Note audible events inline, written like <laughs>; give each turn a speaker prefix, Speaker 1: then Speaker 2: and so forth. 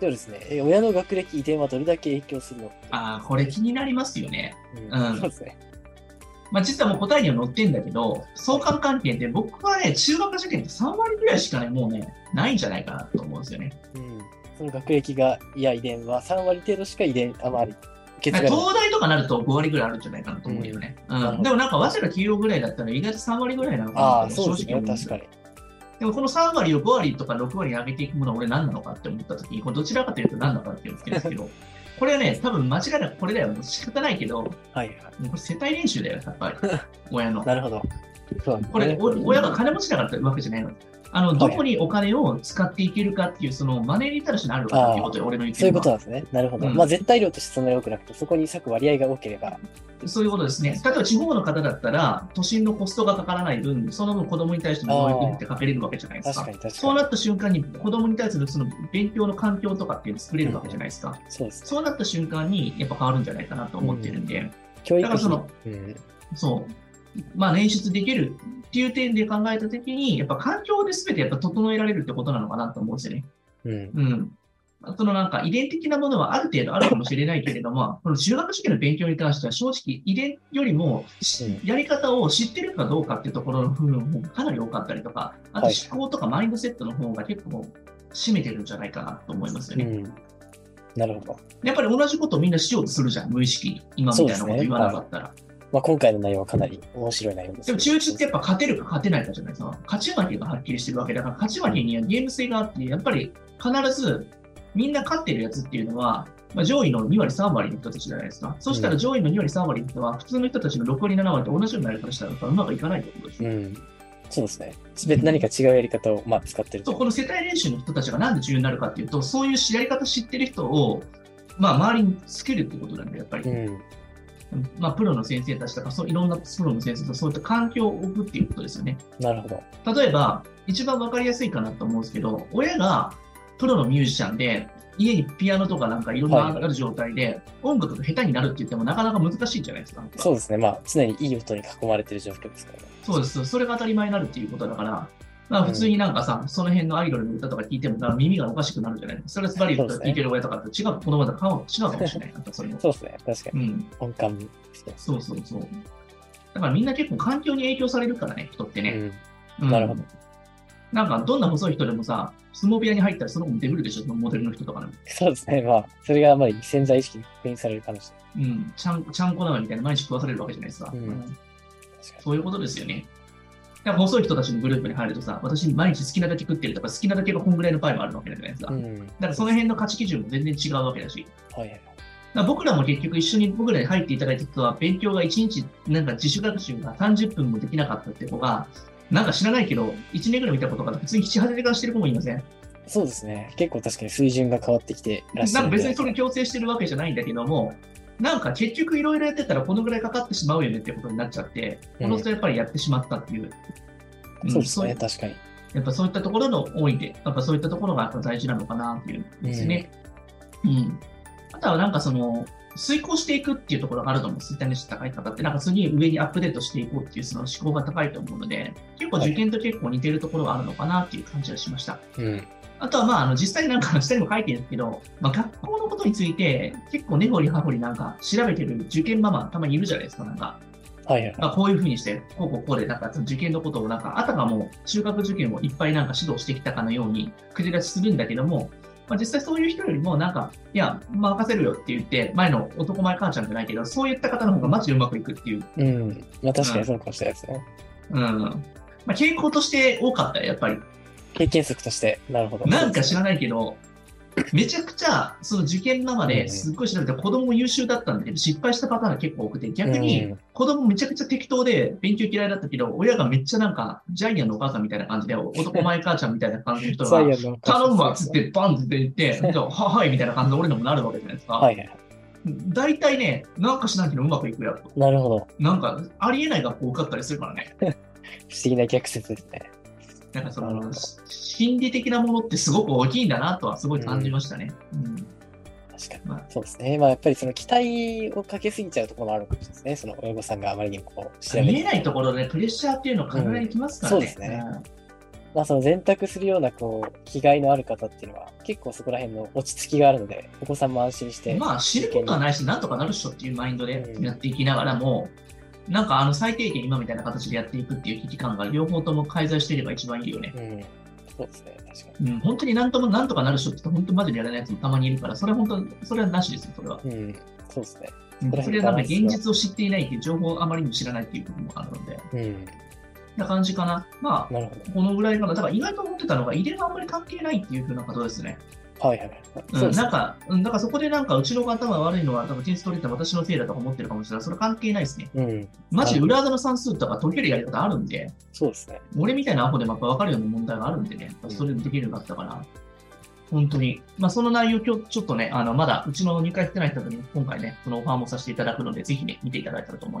Speaker 1: そうですね。え親の学歴、遺伝はどれだけ影響するの
Speaker 2: ああ、これ気になりますよね。うん
Speaker 1: そうですね。
Speaker 2: まあ、実はもう答えには載ってんだけど、相関関係って僕はね、中学受験って3割ぐらいしかね、もうね、ないんじゃないかなと思うんですよね。
Speaker 1: うん。その学歴が、いや、遺伝は3割程度しか遺伝、あまり受け継
Speaker 2: 東
Speaker 1: がない。
Speaker 2: 大とかなると5割ぐらいあるんじゃないかなと思うよね。うん
Speaker 1: うん
Speaker 2: でもなんか、早稲田企業ぐらいだったら意外と3割ぐらいなのか
Speaker 1: あ
Speaker 2: な
Speaker 1: あ、
Speaker 2: って
Speaker 1: そうですね。
Speaker 2: 思うん
Speaker 1: 確かに。
Speaker 2: でもこの3割を5割とか6割に上げていくものは俺何なのかって思った時に、これどちらかというと何なのかって言うんです
Speaker 1: <laughs>
Speaker 2: けど、これはね、多分間違いなくこれだよ。もう仕方ないけど、も
Speaker 1: はいは
Speaker 2: うこれ世帯練習だよ、やっぱり。親の
Speaker 1: い。。なるほど。そうなんですね
Speaker 2: これ、お親が金持ちだからってわけじゃないの。あの、
Speaker 1: い
Speaker 2: どこにお金を使っていけるかっていう、そのマネーリタラシーのあるかっていうことで俺の言って
Speaker 1: そうい
Speaker 2: る
Speaker 1: う
Speaker 2: の
Speaker 1: こと
Speaker 2: は
Speaker 1: なんですね。なるほど。
Speaker 2: うん
Speaker 1: まあ、絶対量としてそんなに多くなくて、そこに割く割合が多ければ。
Speaker 2: そういうことですね。例えば地方の方だったら、都心のコストがかからない分、その分子供に対しての教育ってかけれるわけじゃないです
Speaker 1: 確
Speaker 2: か
Speaker 1: か。に確
Speaker 2: そ
Speaker 1: か
Speaker 2: う
Speaker 1: に。
Speaker 2: なった瞬間に子供に対するその勉強の環境とかっていうのを作れるわけじゃないですか。
Speaker 1: そうですね。
Speaker 2: そうなった瞬間にやっぱ変わるんじゃないかなと思ってるんで、
Speaker 1: 教育
Speaker 2: だからその
Speaker 1: 費。うん。
Speaker 2: そう、まあ、捻出できるっていう点で考えたときに、やっぱ環境で全てやっぱ整えられるってことなのかなと思うんですよね。
Speaker 1: うん。
Speaker 2: うん。そのなんか遺伝的なものはある程度あるかもしれないけれど
Speaker 1: <laughs>
Speaker 2: も、この中学受験の勉強に関しては正直遺伝よりもし
Speaker 1: うん
Speaker 2: やり方を知ってるかどうかっていうところの部分もかなり多かったりとか、あと
Speaker 1: はい
Speaker 2: 思考とかマインドセットの方が結構占めてるんじゃないかなと思いますよ
Speaker 1: う
Speaker 2: ね。
Speaker 1: ん。なるほど。
Speaker 2: やっぱり同じことをみんなしようとするじゃん、無意識に。今みたいなこと言わなかったら。
Speaker 1: まあ、今回の内容はかなり面白い内容です
Speaker 2: で
Speaker 1: ね。
Speaker 2: も中日ってやっぱ勝てるか勝てないかじゃないですか。勝ち負けがはっきりしてるわけだから、勝ち負けにはゲーム性があって、やっぱり必ずみんな勝ってるやつっていうのは、まあ、上位の2割、3割の人たちじゃないですか。そしたら上位の2割、3割の人は、普通の人たちの6割、7割と同じようになり方したら、やっぱうまくいかないってことでしょ。
Speaker 1: うん。そうですね。すべて何か違うやり方を、まあ、使ってる
Speaker 2: そう
Speaker 1: と。
Speaker 2: この世帯練習の人たちがなんで重要になるかっていうと、そういうやり方知ってる人を、まあ、周りにつけるってことなんで、やっぱり。
Speaker 1: うん。
Speaker 2: まあ、プロの先生たちとか、そういろんなプロの先生とか、そういった環境を置くっていうことですよね。
Speaker 1: なるほど。
Speaker 2: 例えば、一番わかりやすいかなと思うんですけど、親がプロのミュージシャンで、家にピアノとかなんかいろんな
Speaker 1: は
Speaker 2: あ
Speaker 1: いはい
Speaker 2: る状態で、音楽が下手になるって言ってもなかなか難しいんじゃないですか。
Speaker 1: そううですね。まあ、常にいい音に囲まれてる状況ですからね。
Speaker 2: そうです。それが当たり前になるっていうことだから、まあ普通になんかさ、その辺のアイドルの歌とか聞いてもなんか耳がおかしくなるじゃないですか。それはスバリューとか聞いてる親とかと違う、このままだ顔違うかもしれない。なんかそれも。
Speaker 1: そうですね。確か
Speaker 2: う
Speaker 1: に。
Speaker 2: ん。
Speaker 1: 音感ですね。
Speaker 2: そうそうそう。だからみんな結構環境に影響されるからね、人ってね。
Speaker 1: うん。なるほど。
Speaker 2: なんか、どんな細い人でもさ、相撲部屋に入ったらその子もデブるでしょ、そのモデルの人とかでも。
Speaker 1: そうですね。まあ、それがあまり潜在意識に確認されるかもしれない。
Speaker 2: うん、ちゃん、ちゃんこだわみたいな、毎日食わされるわけじゃないですか。
Speaker 1: うん確かに。
Speaker 2: そういうことですよね。だから細い人たちのグループに入るとさ、私毎日好きなだけ食ってるとか、好きなだけがこんぐらいのパイもあるわけじゃないですか。だ
Speaker 1: ん。
Speaker 2: からその辺の価値基準も全然違うわけだし。
Speaker 1: はいはい。
Speaker 2: だから僕らも結局一緒に僕らに入っていただいた人は、勉強が1日、なんか自主学習が30分もできなかったって子が、なんか知らないけど、1年ぐらい見たことがあって普通に7、8時間してる子もいません。
Speaker 1: そうですね。結構確かに水準が変わってきてらっしゃ
Speaker 2: なんか
Speaker 1: るんじゃ
Speaker 2: 別
Speaker 1: な
Speaker 2: に
Speaker 1: いか
Speaker 2: それ強制してるわけじゃないんだけども、なんか結局いろいろやってたらこのぐらいかかってしまうよねってことになっちゃって、
Speaker 1: うん
Speaker 2: おのずとやっぱりやってしまったっていう。うん
Speaker 1: そうです
Speaker 2: い
Speaker 1: ね。確かに。
Speaker 2: やっぱそういったところの多いんで、やっぱそういったところがやっぱ大事なのかなっていうんですね。うん。あとはなんかその、遂行していくっていうところがあると思うんです。インター高い方って、なんか次上にアップデートしていこうっていうその思考が高いと思うので、結構受験と結構似てるところがあるのかなっていう感じがしました。
Speaker 1: うん。
Speaker 2: あとは、まあ、あの実際なんか下にも書いてるんですけど、まあ、学校のことについて結構根掘り葉掘りなんか調べてる受験ママたまにいるじゃないですか、なんか。
Speaker 1: はいはい。
Speaker 2: まあ、こういうふうにして、こうこうこうで、なんかその受験のことをなんか、あたかも中学受験をいっぱいなんか指導してきたかのように口出しするんだけども、まあ、実際そういう人よりもなんか、いや、任せるよって言って、前の男前母ちゃんじゃないけど、そういった方の方がマジでうまくいくっていう、
Speaker 1: うん。まあ確かにそうかもしれないですね。
Speaker 2: うん。まあ、傾向として多かったよ、やっぱり。
Speaker 1: 経験則として。なるほど。
Speaker 2: なんか知らないけど、めちゃくちゃその受験ママですっごい調べて、子供も優秀だったんだけど、失敗したパターンが結構多くて、逆
Speaker 1: う
Speaker 2: に
Speaker 1: ん
Speaker 2: 子供めちゃくちゃ適当で勉強嫌いだったけど、親がめっちゃなんかジャイアンのお母さんみたいな感じで、男前母ちゃんみたいな感じ
Speaker 1: <laughs>
Speaker 2: の人
Speaker 1: サイ
Speaker 2: が、
Speaker 1: ヤの
Speaker 2: 頼むわっつってバンって言
Speaker 1: <laughs>
Speaker 2: って、じゃあははいみたいな感じで俺のもなるわけじゃないです
Speaker 1: は
Speaker 2: か。
Speaker 1: いはい。
Speaker 2: 大体ね、なんかしないけどうまくいくやと。
Speaker 1: なるほど。
Speaker 2: なんかありえない学校受かったりするからね。
Speaker 1: 不思議な逆説ですね。
Speaker 2: なんかそ
Speaker 1: なるほ
Speaker 2: の
Speaker 1: ど
Speaker 2: し心理的なものってすごく大きいんだなとはすごい感じましたね。うん
Speaker 1: 確かに。
Speaker 2: まあ
Speaker 1: そうですね。まあやっぱりその期待をかけすぎちゃうところもあるかもしれないですね。その親御さんがあまりにもこう調べ
Speaker 2: 見
Speaker 1: て
Speaker 2: えないところでプレッシャーっていうのは考えにきますからね。
Speaker 1: うんそうですね
Speaker 2: ん
Speaker 1: まあ、その選択するような、こう、気概のある方っていうのは、結構そこら辺の落ち着きがあるので、お子さんも安心して。
Speaker 2: まあ、知ることはないし、なんとかなるっしょっていうマインドでやっていきながらも、なんかあの最低限今みたいな形でやっていくっていう危機感が両方とも介在していれば一番いいよね。
Speaker 1: うん。そうですね、確かに。
Speaker 2: うん、本当になんともなんとかなるっしょって言って本当マジでやれないやつもたまにいるから、それは本当、それはなしですよ、それは。
Speaker 1: うん、そうですね。
Speaker 2: うんそれはなんか現実を知っていないっていう情報をあまりにも知らないっていうこともあるので、
Speaker 1: うん、
Speaker 2: な感じかな。ま
Speaker 1: なるほ
Speaker 2: あ、このぐらいかな。だから意外と思ってたのが、遺伝はあんまり関係ないっていう風なことですね。
Speaker 1: ど。はいはいはい。
Speaker 2: うん、
Speaker 1: です
Speaker 2: なんか、うん、だからそこでなんか、うちの方が悪いのは、多分点数取れたら私のせいだとか思ってるかもしれない。それ関係ないですね。
Speaker 1: うん、
Speaker 2: マジで裏技の算数とか解けるやり方あるんで、
Speaker 1: そうですね。
Speaker 2: 俺みたいなアホでもやっぱ分かるような問題があるんでね、それでもできるようになったから、本当に。まあ、その内容、今日ちょっとね、あの、まだうちの入会してない人に今回ね、そのオファーもさせていただくので、ぜひね、見ていただいたらと思います。